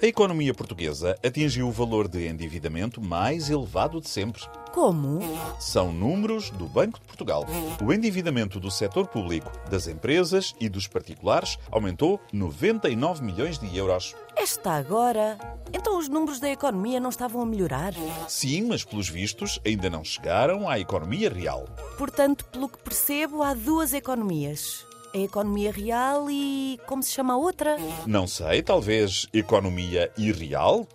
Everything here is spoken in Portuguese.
A economia portuguesa atingiu o valor de endividamento mais elevado de sempre. Como? São números do Banco de Portugal. O endividamento do setor público, das empresas e dos particulares aumentou 99 milhões de euros. Esta agora? Então os números da economia não estavam a melhorar? Sim, mas pelos vistos ainda não chegaram à economia real. Portanto, pelo que percebo, há duas economias. A economia real e. como se chama a outra? Não sei, talvez economia irreal?